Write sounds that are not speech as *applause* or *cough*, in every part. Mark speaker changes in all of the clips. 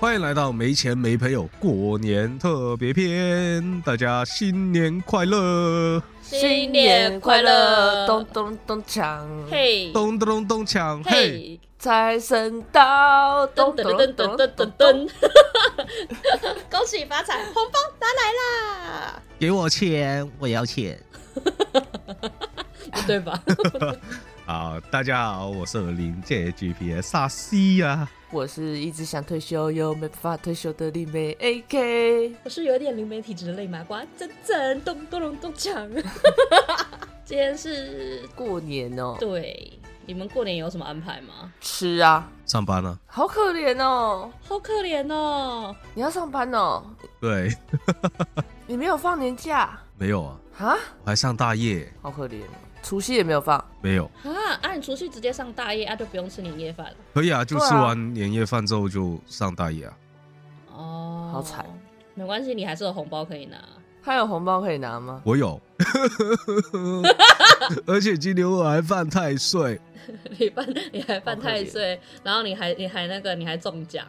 Speaker 1: 欢迎来到没钱没朋友过年特别篇，大家新年快乐！
Speaker 2: 新年快乐
Speaker 3: 咚咚咚锵，
Speaker 2: 嘿，
Speaker 1: 咚咚咚咚锵，嘿，
Speaker 2: 嘿，
Speaker 3: 财神到，
Speaker 2: 噔
Speaker 3: 咚
Speaker 2: 噔
Speaker 3: 咚
Speaker 2: 噔
Speaker 3: 咚
Speaker 2: 噔
Speaker 3: 咚
Speaker 2: 噔
Speaker 3: 咚
Speaker 2: 噔
Speaker 3: 咚。
Speaker 2: 噔， *laughs* 恭喜发财，红包拿来啦！
Speaker 1: 给我钱，我要钱！
Speaker 2: 不对吧？
Speaker 1: 好，啊大家好，我是临界 GPS 萨西啊呀。
Speaker 3: 我是一直想退休又没办法退休的丽妹 AK，
Speaker 2: 我 *laughs* 是有点灵媒体质的类麻瓜，真真咚咚咚咚 *laughs* 锵。今天是
Speaker 3: 过年哦，
Speaker 2: 对你们过年有什么安排吗？
Speaker 3: 吃啊，
Speaker 1: 上班呢、
Speaker 3: 好可怜哦，
Speaker 2: 好可怜哦，
Speaker 3: 你要上班哦，
Speaker 1: 对，
Speaker 3: 你没有放年假
Speaker 1: 没有啊，
Speaker 3: 啊，
Speaker 1: 我还上大夜，
Speaker 3: 好可怜哦，除夕也没有放，
Speaker 1: 没有。
Speaker 2: 啊，啊，你除夕直接上大夜啊，就不用吃年夜饭了。
Speaker 1: 可以啊，就
Speaker 3: 对啊
Speaker 1: 吃完年夜饭之后就上大夜啊。
Speaker 2: 哦，
Speaker 3: 好惨，
Speaker 2: 没关系，你还是有红包可以拿。
Speaker 3: 还有红包可以
Speaker 2: *laughs*
Speaker 3: 拿吗？
Speaker 1: 我有， *laughs* 而且今天我还犯太岁，
Speaker 2: *laughs* 你犯你还犯
Speaker 3: 好可怜
Speaker 2: 太岁，然后你还你还那个你还中奖，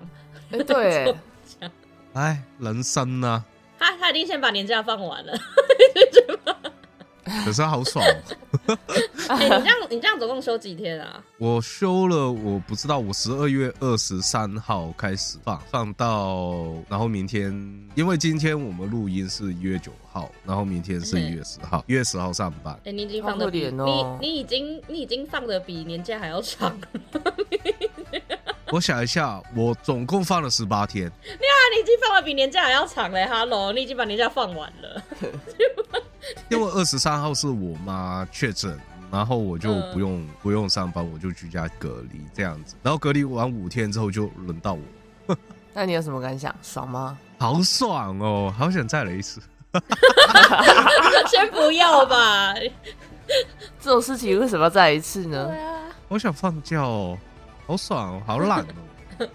Speaker 3: 哎、对
Speaker 2: 中，奖。
Speaker 1: 哎，人生啊呐、
Speaker 2: 他他已经先把年假放完
Speaker 3: *laughs*
Speaker 2: 了。
Speaker 1: 可是好爽哦、
Speaker 2: 哎、你这样你这样总共休几天啊？
Speaker 1: 我休了，我不知道，我十二月二十三号开始放，放到然后明天，因为今天我们录音是一月九号，然后明天是一月十号，一月十号上班
Speaker 2: 哎、你已经放的比、
Speaker 3: 好可怜哦
Speaker 2: 你你已经你已经放的比年假还要长了， *laughs*
Speaker 1: 我想一下，我总共放了十八天，
Speaker 2: 那你已经放的比年假还要长嘞！Hello，你已经把年假放完了。 *laughs*
Speaker 1: 因为二十三号是我妈确诊。然后我就不用、不用上班，我就居家隔离这样子。然后隔离完五天之后，就轮到我，
Speaker 3: 那你有什么感想？爽吗？
Speaker 1: 好爽哦！好想再来一次。
Speaker 2: 先不要吧。
Speaker 3: 嗯这种事情为什么要再来一次
Speaker 2: 对
Speaker 3: 呢？
Speaker 2: 啊，
Speaker 1: 好想放假哦，好爽哦，好懒哦。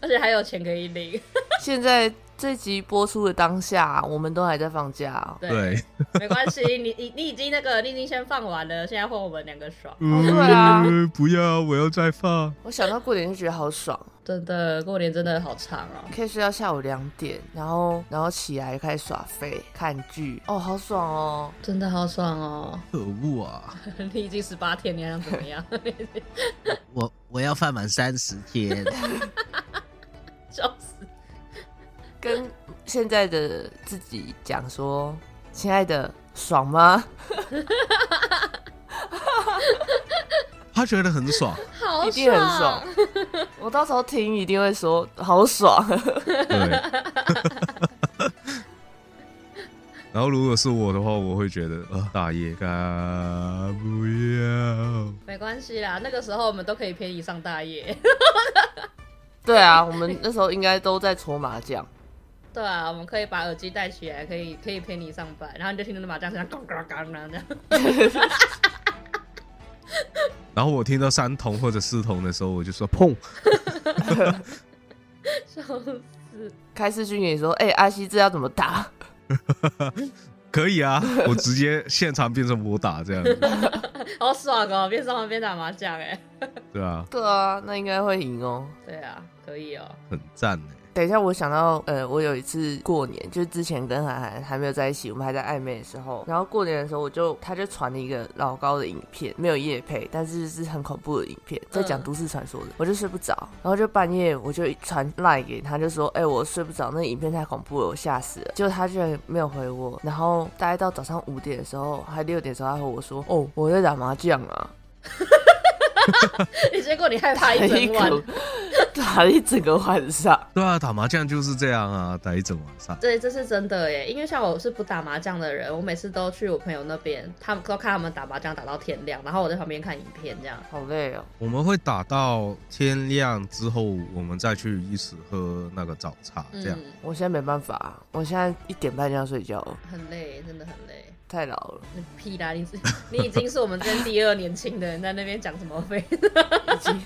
Speaker 2: 而且还有钱可以领。
Speaker 3: 现在这集播出的当下，我们都还在放假、哦，
Speaker 2: 对，
Speaker 1: 对，
Speaker 2: 没关系，你你你已经那个你已经先放完了，现在换我们两个爽。
Speaker 3: 对啊
Speaker 1: 呃不要，我要再 *laughs* 放。
Speaker 3: 我想到过年就觉得好爽，
Speaker 2: 真的，过年真的好长哦。
Speaker 3: 可以睡到下午两点，然后然后起来开始耍废看剧，哦，好爽哦！
Speaker 2: 真的好爽哦！ *laughs*
Speaker 1: 可恶啊！
Speaker 2: 你已经十八天，你还想怎么样？
Speaker 1: 我我要放满三十天。
Speaker 2: 笑死！
Speaker 3: 跟现在的自己讲说，亲爱的，爽吗？
Speaker 1: *laughs* 他觉得很爽，
Speaker 2: 好
Speaker 3: 一定很爽。我到时候听一定会说好爽， *laughs*
Speaker 1: 对。 *laughs* 然后如果是我的话，我会觉得呃，大爷干不要。
Speaker 2: 没关系啦，那个时候我们都可以陪你上大夜。 *laughs*
Speaker 3: 对啊，我们那时候应该都在搓麻将， *laughs*
Speaker 2: 对啊，我们可以把耳机戴起来，可以可以陪你上班，然后你就听着麻将声咣咣咣然后这样。
Speaker 1: 然后我听到三筒或者四筒的时候，我就说砰，
Speaker 2: 笑死！
Speaker 3: 开视讯也说，哎、阿西这要怎么打？
Speaker 1: 可以啊， *laughs* 我直接现场变成我打这样子，
Speaker 2: 好爽哦，边上班边打麻将哎。
Speaker 1: 对啊，
Speaker 3: 对啊，那应该会赢哦。
Speaker 2: 对啊，可以哦。 *laughs*
Speaker 1: 很赞欸呢。
Speaker 3: 等一下，我想到，呃，我有一次过年，就是之前跟韩寒还没有在一起，我们还在暧昧的时候，然后过年的时候，我就他就传了一个老高的影片，没有夜配，但是是很恐怖的影片，在讲都市传说的，我就睡不着，然后就半夜我就传赖给他，就说，哎、我睡不着，那影片太恐怖了，我吓死了。结果他居然没有回我，然后大概到早上五点的时候，还六点的时候，他和我说，哦，我在打麻将啊，
Speaker 2: 你结果你害怕一
Speaker 3: 一
Speaker 2: 整晚
Speaker 3: 口。 *laughs* 打了一整个晚上。
Speaker 1: 对啊，打麻将就是这样啊，打一整晚上。
Speaker 2: 对，这是真的耶，因为像我是不打麻将的人，我每次都去我朋友那边，他们都看他们打麻将打到天亮，然后我在旁边看影片这样。
Speaker 3: 好累哦，
Speaker 1: 我们会打到天亮之后，我们再去一起喝那个早茶，这样、
Speaker 2: 嗯，
Speaker 3: 我现在没办法，我现在一点半就要睡觉了。
Speaker 2: 很累，真的很累。
Speaker 3: 太老了，
Speaker 2: 你嗯屁啦！你是你已经是我们这边第二年轻的人，在那边讲什么废 *laughs*
Speaker 3: 已经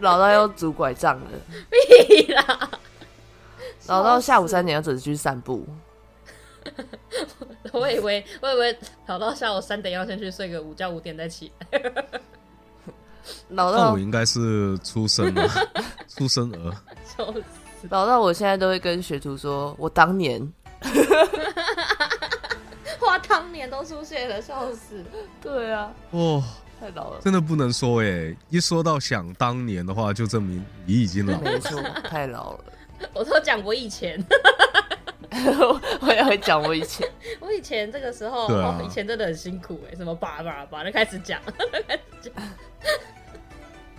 Speaker 3: 老到要拄拐杖 *laughs* 了，
Speaker 2: 屁啦！
Speaker 3: 老到下午三点要准时去散步。
Speaker 2: 我以为我以为搞到下午三点要先去睡个午觉，五点再起来。
Speaker 3: 老
Speaker 1: 那
Speaker 3: 到
Speaker 1: 哦
Speaker 2: *laughs*
Speaker 1: 我应该是出生了，出生儿。
Speaker 2: 笑死！死。
Speaker 3: 老到我现在都会跟学徒说，我当年
Speaker 2: 话当年都出现了，笑死！
Speaker 3: 对啊，
Speaker 1: 哦，
Speaker 3: 太老了，
Speaker 1: 真的不能说哎，一说到想当年的话，就证明你已经老了。
Speaker 3: 没错，太老了。 *laughs*
Speaker 2: 我都讲我以前， *laughs*
Speaker 3: 我也会讲我以前，
Speaker 2: 我以前这个时候，
Speaker 1: 对啊
Speaker 2: 哦、以前真的很辛苦哎、什么叭叭叭就开始讲，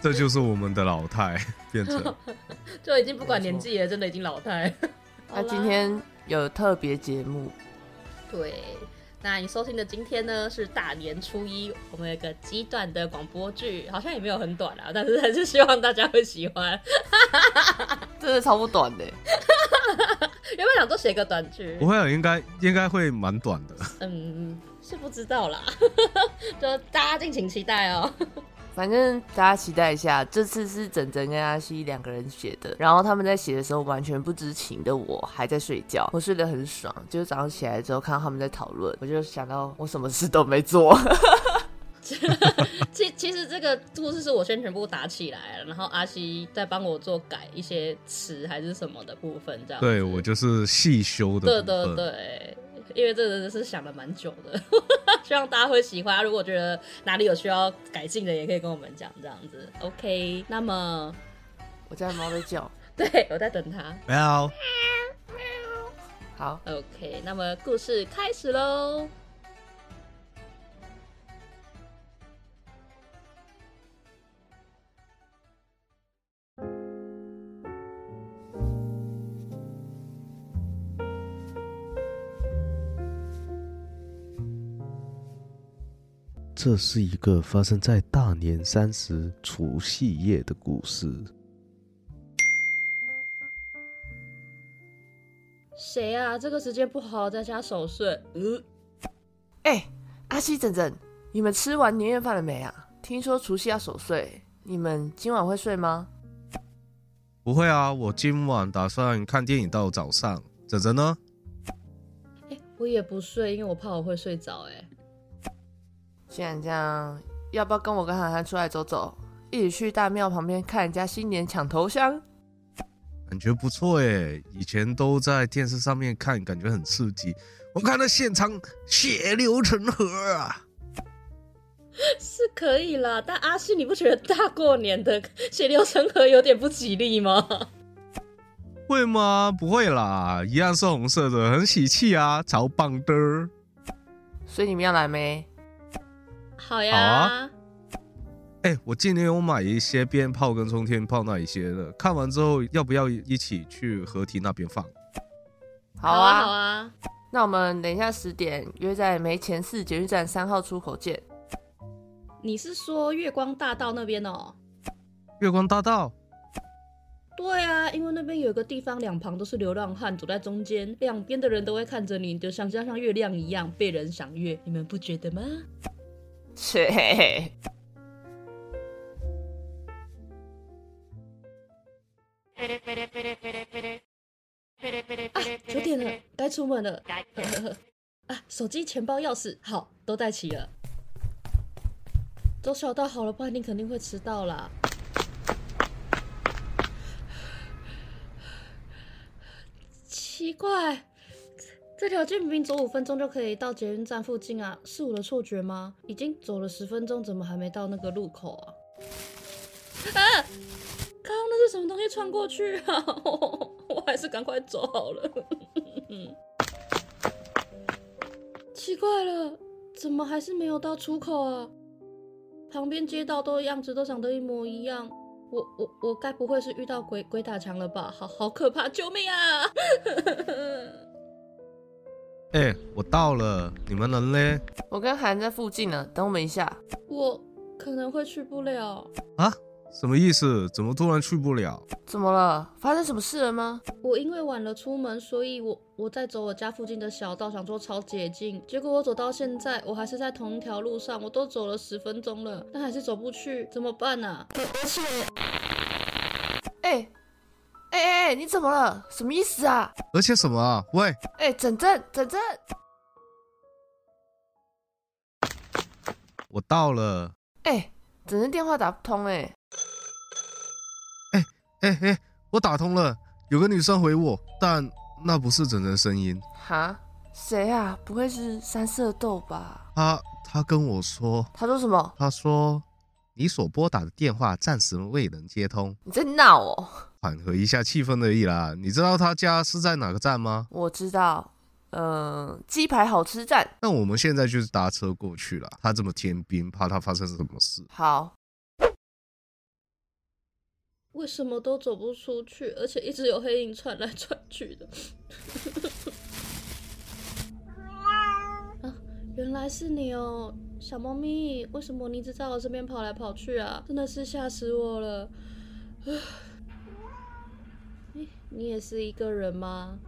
Speaker 1: 这就是我们的老
Speaker 2: *laughs*
Speaker 1: 态变成。
Speaker 2: 就已经不管年纪了，真的已经老态。
Speaker 3: 那今天有特别节目，
Speaker 2: 对，那你收听的今天呢是大年初一，我们有个极短的广播剧，好像也没有很短啊，但是还是希望大家会喜欢。
Speaker 3: 真的超不短的，
Speaker 2: 原本想多写个短剧，
Speaker 1: 我想啊应该应该会蛮短的。
Speaker 2: 嗯，是不知道啦， *laughs* 就大家敬请期待哦。 *laughs*
Speaker 3: 反正大家期待一下，这次是整整跟阿西两个人写的，然后他们在写的时候完全不知情的我还在睡觉，我睡得很爽，就是早上起来之后看到他们在讨论，我就想到我什么事都没 *laughs* 做，
Speaker 2: 其其实这个故事是我先全部打起来了，然后阿西在帮我做改一些词还是什么的部分，这样。
Speaker 1: 对我就是细修的
Speaker 2: 对
Speaker 1: 部
Speaker 2: 对
Speaker 1: 分。
Speaker 2: 对，因为这真的是想了蛮久的， *laughs* 希望大家会喜欢。如果觉得哪里有需要改进的，也可以跟我们讲，这样子。OK，那么 *laughs*
Speaker 3: 我家的猫在叫，
Speaker 2: 对我在等他。
Speaker 1: 没有。
Speaker 3: 好，
Speaker 2: OK，那么故事开始喽。
Speaker 4: 这是一个发生在大年三十除夕夜的故事。
Speaker 2: 谁啊？这个时间不好好在家守岁？嗯，
Speaker 3: 哎、阿西整整，你们吃完年夜饭了没啊？听说除夕要守岁，你们今晚会睡吗？
Speaker 1: 不会啊，我今晚打算看电影到早上。整整呢？
Speaker 2: 哎、我也不睡，因为我怕我会睡着、哎，
Speaker 3: 既然这样，要不要跟我跟涵涵出来走走，一起去大庙旁边看人家新年抢头香？
Speaker 1: 感觉不错诶，以前都在电视上面看，感觉很刺激。我看到现场血流成河啊！
Speaker 2: *laughs* 是可以啦。但阿西，你不觉得大过年的血流成河有点不吉利吗？
Speaker 1: 会吗？不会啦，一样是红色的，很喜气啊，超棒的。
Speaker 3: 所以你们要来没？
Speaker 2: 好呀。
Speaker 1: 好啊哎，我今年有买一些鞭炮跟冲天炮那一些的，看完之后要不要一起去河堤那边放？
Speaker 3: 好
Speaker 2: 好
Speaker 3: 啊，
Speaker 2: 好啊，
Speaker 3: 那我们等一下十点约在梅前寺捷运站三号出口见。
Speaker 2: 你是说月光大道那边哦？
Speaker 1: 月光大道。
Speaker 2: 对啊，因为那边有一个地方，两旁都是流浪汉，走在中间，两边的人都会看着你，就像像像月亮一样被人赏月，你们不觉得吗？
Speaker 3: 切，
Speaker 2: 啊，九点了，该出门了。 *laughs* 啊，手机、钱包、钥匙，好，都带齐了。走小道好了，不然你肯定会迟到啦。奇怪，这条街明明走五分钟就可以到捷运站附近啊，是我的错觉吗？已经走了十分钟，怎么还没到那个路口啊？啊！刚刚那是什么东西穿过去啊？ *laughs* 我还是赶快走好了。奇怪了，怎么还是没有到出口啊？旁边街道都样子都长得一模一样，我我我该不会是遇到鬼鬼打墙了吧？好好可怕，救命啊！ *laughs*
Speaker 1: 哎，我到了，你们人嘞？
Speaker 3: 我跟涵在附近呢，等我们一下。
Speaker 2: 我可能会去不了，
Speaker 1: 啊，什么意思？怎么突然去不了？
Speaker 3: 怎么了？发生什么事了吗？
Speaker 2: 我因为晚了出门，所以我我在走我家附近的小道，想说超捷径。结果我走到现在，我还是在同一条路上，我都走了十分钟了，但还是走不去，怎么办啊？
Speaker 3: 哎、哎哎哎，你怎么了？什么意思啊？
Speaker 1: 而且什么啊？喂，
Speaker 3: 哎、整整整整，
Speaker 1: 我到了。
Speaker 3: 哎、整整电话打不通哎、
Speaker 1: 哎哎，我打通了，有个女生回我，但那不是真人声音，
Speaker 3: 哈，谁啊？不会是三色豆吧？
Speaker 1: 她她跟我说，
Speaker 3: 他说什么？
Speaker 1: 她说你所拨打的电话暂时未能接通，
Speaker 3: 你在闹哦！
Speaker 1: 缓和一下气氛而已啦。你知道她家是在哪个站吗？
Speaker 3: 我知道，嗯，鸡排好吃站。
Speaker 1: 那我们现在就是搭车过去了。她这么天兵，怕她发生什么事。
Speaker 3: 好，
Speaker 2: 为什么都走不出去，而且一直有黑影传来传去的？啊，原来是你哦，小猫咪，为什么你一直在我这边跑来跑去啊？真的是吓死我了！唉你也是一个人吗？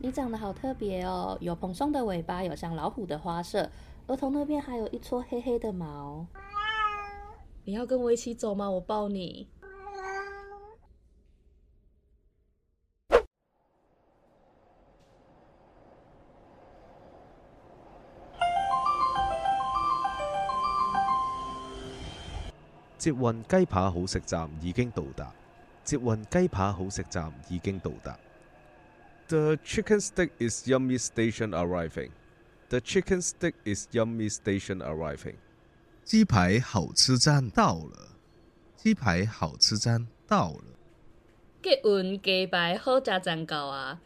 Speaker 2: 你长得好特别哦，有蓬松的尾巴，有像老虎的花色，额头那边还有一撮黑黑的毛。你要跟我一起走吗？我抱你。
Speaker 4: 捷運雞扒好食站已經到達。捷運雞扒好食站已經到達。The chicken stick is yummy station arriving. The chicken stick is yummy station arriving.
Speaker 1: 鸡排好吃站到了，鸡排好吃站到了。
Speaker 2: 结婚鸡排好食站到啊！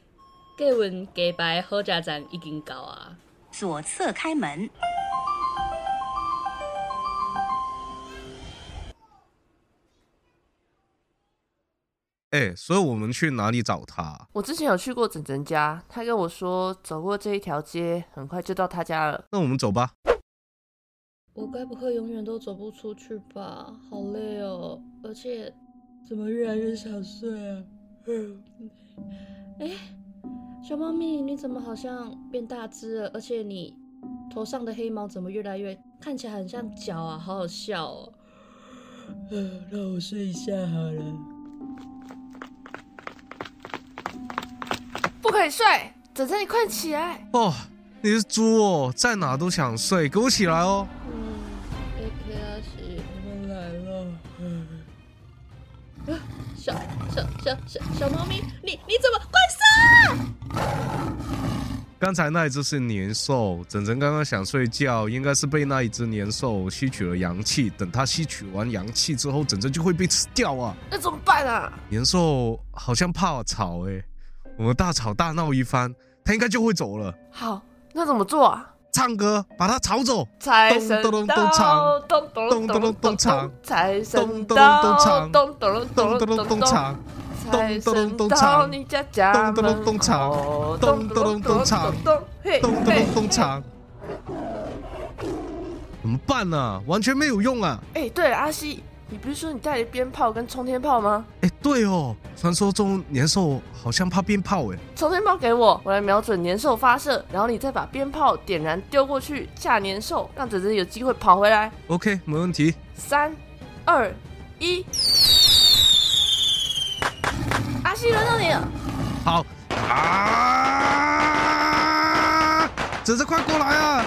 Speaker 2: 结婚鸡排好食站已经到啊！
Speaker 5: 左侧开门，
Speaker 1: 哎，所以我们去哪里找她？
Speaker 3: 我之前有去过整整家，他跟我说走过这一条街，很快就到他家了。
Speaker 1: 那我们走吧。
Speaker 2: 我该不会永远都走不出去吧？好累哦，而且怎么越来越想睡 *laughs* 啊？哎，小猫咪，你怎么好像变大只了？而且你头上的黑毛怎么越来越看起来很像脚啊？好好笑哦。呃， *sighs* 让我睡一下好了。
Speaker 3: 不可以睡，整整你快起来！
Speaker 1: 哦，你是猪哦，在哪都想睡，给我起来哦！
Speaker 2: 嗯，AK 阿喜，我们来了。啊小小小小小猫咪，你你怎么快上？
Speaker 1: 刚才那一只是年兽，整整刚刚想睡觉，应该是被那一只年兽吸取了阳气。等它吸取完阳气之后，整整就会被吃掉啊！
Speaker 3: 那怎么办啊？
Speaker 1: 年兽好像怕吵哎、我们大吵大闹一番，它应该就会走了。
Speaker 3: 好，那怎么做啊？
Speaker 1: 唱歌把它吵走，
Speaker 3: 财神
Speaker 1: 咚
Speaker 3: 到，
Speaker 1: 咚咚锵
Speaker 3: 咚咚
Speaker 1: 咚咚咚锵，
Speaker 3: 财神
Speaker 1: 咚咚
Speaker 3: 到
Speaker 1: 咚，锵
Speaker 3: 咚
Speaker 1: 咚
Speaker 3: 咚咚
Speaker 1: 咚
Speaker 3: 咚
Speaker 1: 咚咚
Speaker 3: 锵，
Speaker 1: 锵，
Speaker 3: 财神
Speaker 1: 咚咚咚
Speaker 3: 到
Speaker 1: 锵
Speaker 3: 你家家
Speaker 1: 咚
Speaker 3: 门
Speaker 1: 咚咚
Speaker 3: 口，
Speaker 1: 锵咚咚咚锵
Speaker 3: 咚，嘿
Speaker 1: 咚咚
Speaker 3: 嘿
Speaker 1: 咚咚锵。怎么办呢、啊？完全没有用啊！
Speaker 3: 哎，对了，阿西，你不是说你带了鞭炮跟冲天炮吗？
Speaker 1: 哎，对哦，传说中年兽好像怕鞭炮哎。
Speaker 3: 冲天炮给我，我来瞄准年兽发射，然后你再把鞭炮点燃丢过去吓年兽，让整只有机会跑回来。
Speaker 1: OK，没问题。
Speaker 3: 三、二、一，阿西轮到你了，
Speaker 1: 好啊！泽泽，快过来啊！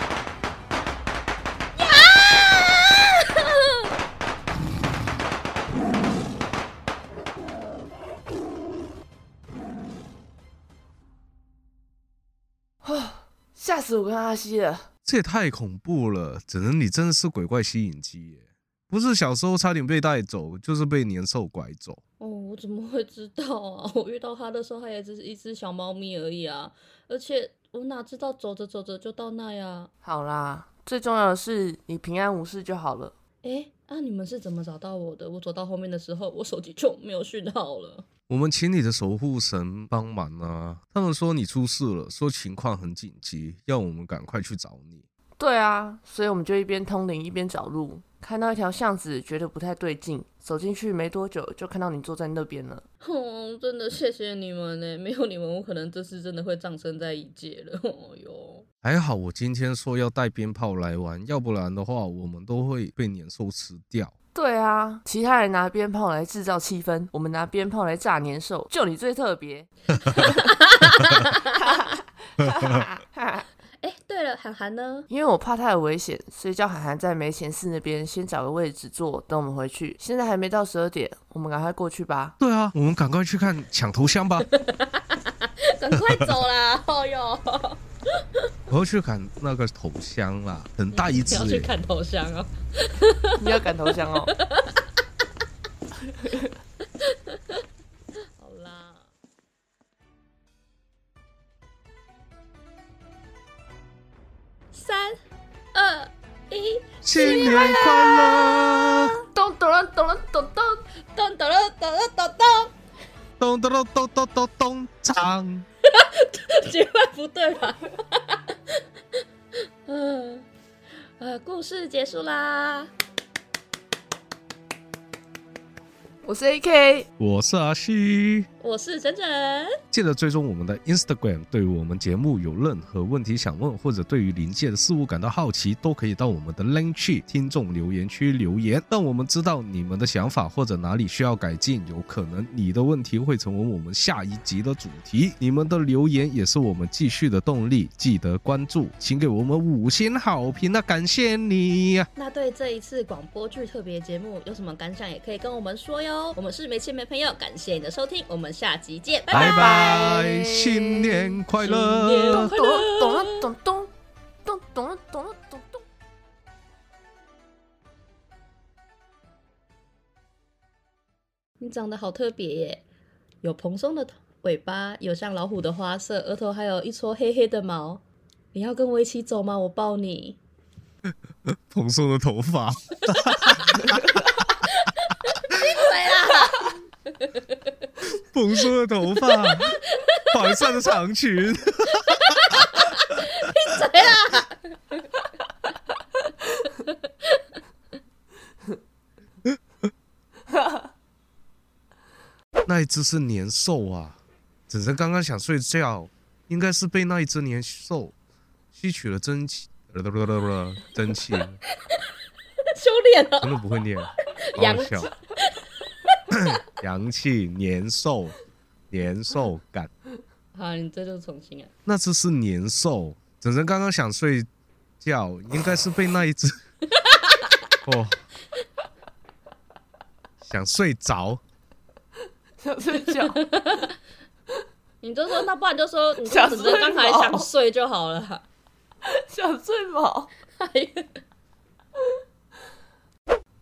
Speaker 3: 吓死我跟阿西了。
Speaker 1: 这也太恐怖了，整人你真的是鬼怪吸引机耶！不是小时候差点被带走，就是被年兽拐走。
Speaker 2: 哦，我怎么会知道啊？我遇到它的时候，它也只是一只小猫咪而已啊！而且我哪知道走着走着就到那呀？
Speaker 3: 好啦，最重要的是你平安无事就好了。
Speaker 2: 诶，啊，你们是怎么找到我的？我走到后面的时候，我手机就没有讯号了。
Speaker 1: 我们请你的守护神帮忙啊！他们说你出事了，说情况很紧急，要我们赶快去找你。
Speaker 3: 对啊，所以我们就一边通灵一边找路，看到一条巷子，觉得不太对劲，走进去没多久就看到你坐在那边了。
Speaker 2: 哦，真的谢谢你们呢，没有你们，我可能这次真的会葬身在异界了。哦哟，
Speaker 1: 还好我今天说要带鞭炮来玩，要不然的话我们都会被年兽吃掉。
Speaker 3: 对啊，其他人拿鞭炮来制造气氛，我们拿鞭炮来炸年兽，就你最特别。
Speaker 2: 诶，对了，还涵涵呢？
Speaker 3: 因为我怕太危险，所以叫涵涵在梅前寺那边先找个位置坐，等我们回去。现在还没到十二点，我们赶快过去吧。
Speaker 1: 对啊，我们赶快去看抢头香 *laughs* 吧，
Speaker 2: 赶快走啦！ *laughs* 哦哟，
Speaker 1: 我要去砍那个头香啦，很大一
Speaker 2: 不
Speaker 1: 只
Speaker 2: 要去
Speaker 1: 诶、
Speaker 2: 看头像哦。
Speaker 3: 你要赶头香哦。
Speaker 2: 好啦，三二一，
Speaker 1: 新年快乐！
Speaker 2: 咚咚了咚了咚咚咚咚了咚了咚
Speaker 1: 咚
Speaker 2: *laughs* 咚，
Speaker 1: 咚咚咚咚咚咚锵！
Speaker 2: 节拍不对吧？ *laughs* 嗯，呃，故事结束啦。
Speaker 3: 我是 AK，
Speaker 1: 我是阿西。
Speaker 2: 我是整整，
Speaker 1: 记得追踪我们的 Instagram。对于我们节目有任何问题想问，或者对于临界的事物感到好奇，都可以到我们的 Link Tree 听众留言区留言，让我们知道你们的想法或者哪里需要改进。有可能你的问题会成为我们下一集的主题。你们的留言也是我们继续的动力。记得关注，请给我们五星好评啊！感谢你啊呀、
Speaker 2: 那对这一次广播剧特别节目有什么感想，也可以跟我们说哟。我们是没钱没朋友，感谢你的收听，我们下集见，拜拜。
Speaker 1: 拜，新年快乐！
Speaker 2: 新年快乐
Speaker 3: 咚咚了咚咚咚咚了咚了咚咚。
Speaker 2: 你长得好特别耶，有蓬松的头尾巴，有像老虎的花色，额头还有一撮黑黑的毛。你要跟我一起走吗？我抱你。
Speaker 1: 蓬松的头发。
Speaker 2: 对啦，
Speaker 1: 蓬松的头发，黄色的长裙，
Speaker 2: 对啦，
Speaker 1: 那一只是年兽啊！整整刚刚想睡觉，应该是被那一只年兽吸取了真气， *laughs* 呃不不不不真气，真
Speaker 2: *laughs* 修炼哦了。
Speaker 1: 的不会念，好
Speaker 2: 阳
Speaker 1: 好笑。 *coughs* 阳气年兽，年兽感，
Speaker 2: 好，你这就重新啊。
Speaker 1: 那只是年兽。整整刚刚想睡觉，应该是被那一只哦想睡着。
Speaker 3: 想睡觉，
Speaker 2: 你就说，那不然就说，你就
Speaker 3: 想
Speaker 2: 只是
Speaker 3: 睡
Speaker 2: 刚才
Speaker 3: 饱
Speaker 2: 想睡就好了。 *laughs*
Speaker 3: 想睡饱。
Speaker 2: 哎呀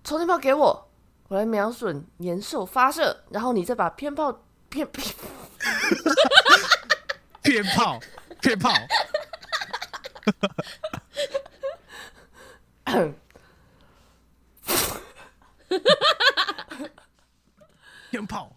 Speaker 3: 充电炮给我，我来瞄准年兽发射，然后你再把偏炮偏 *coughs* 偏
Speaker 1: 骗炮，骗炮，骗炮。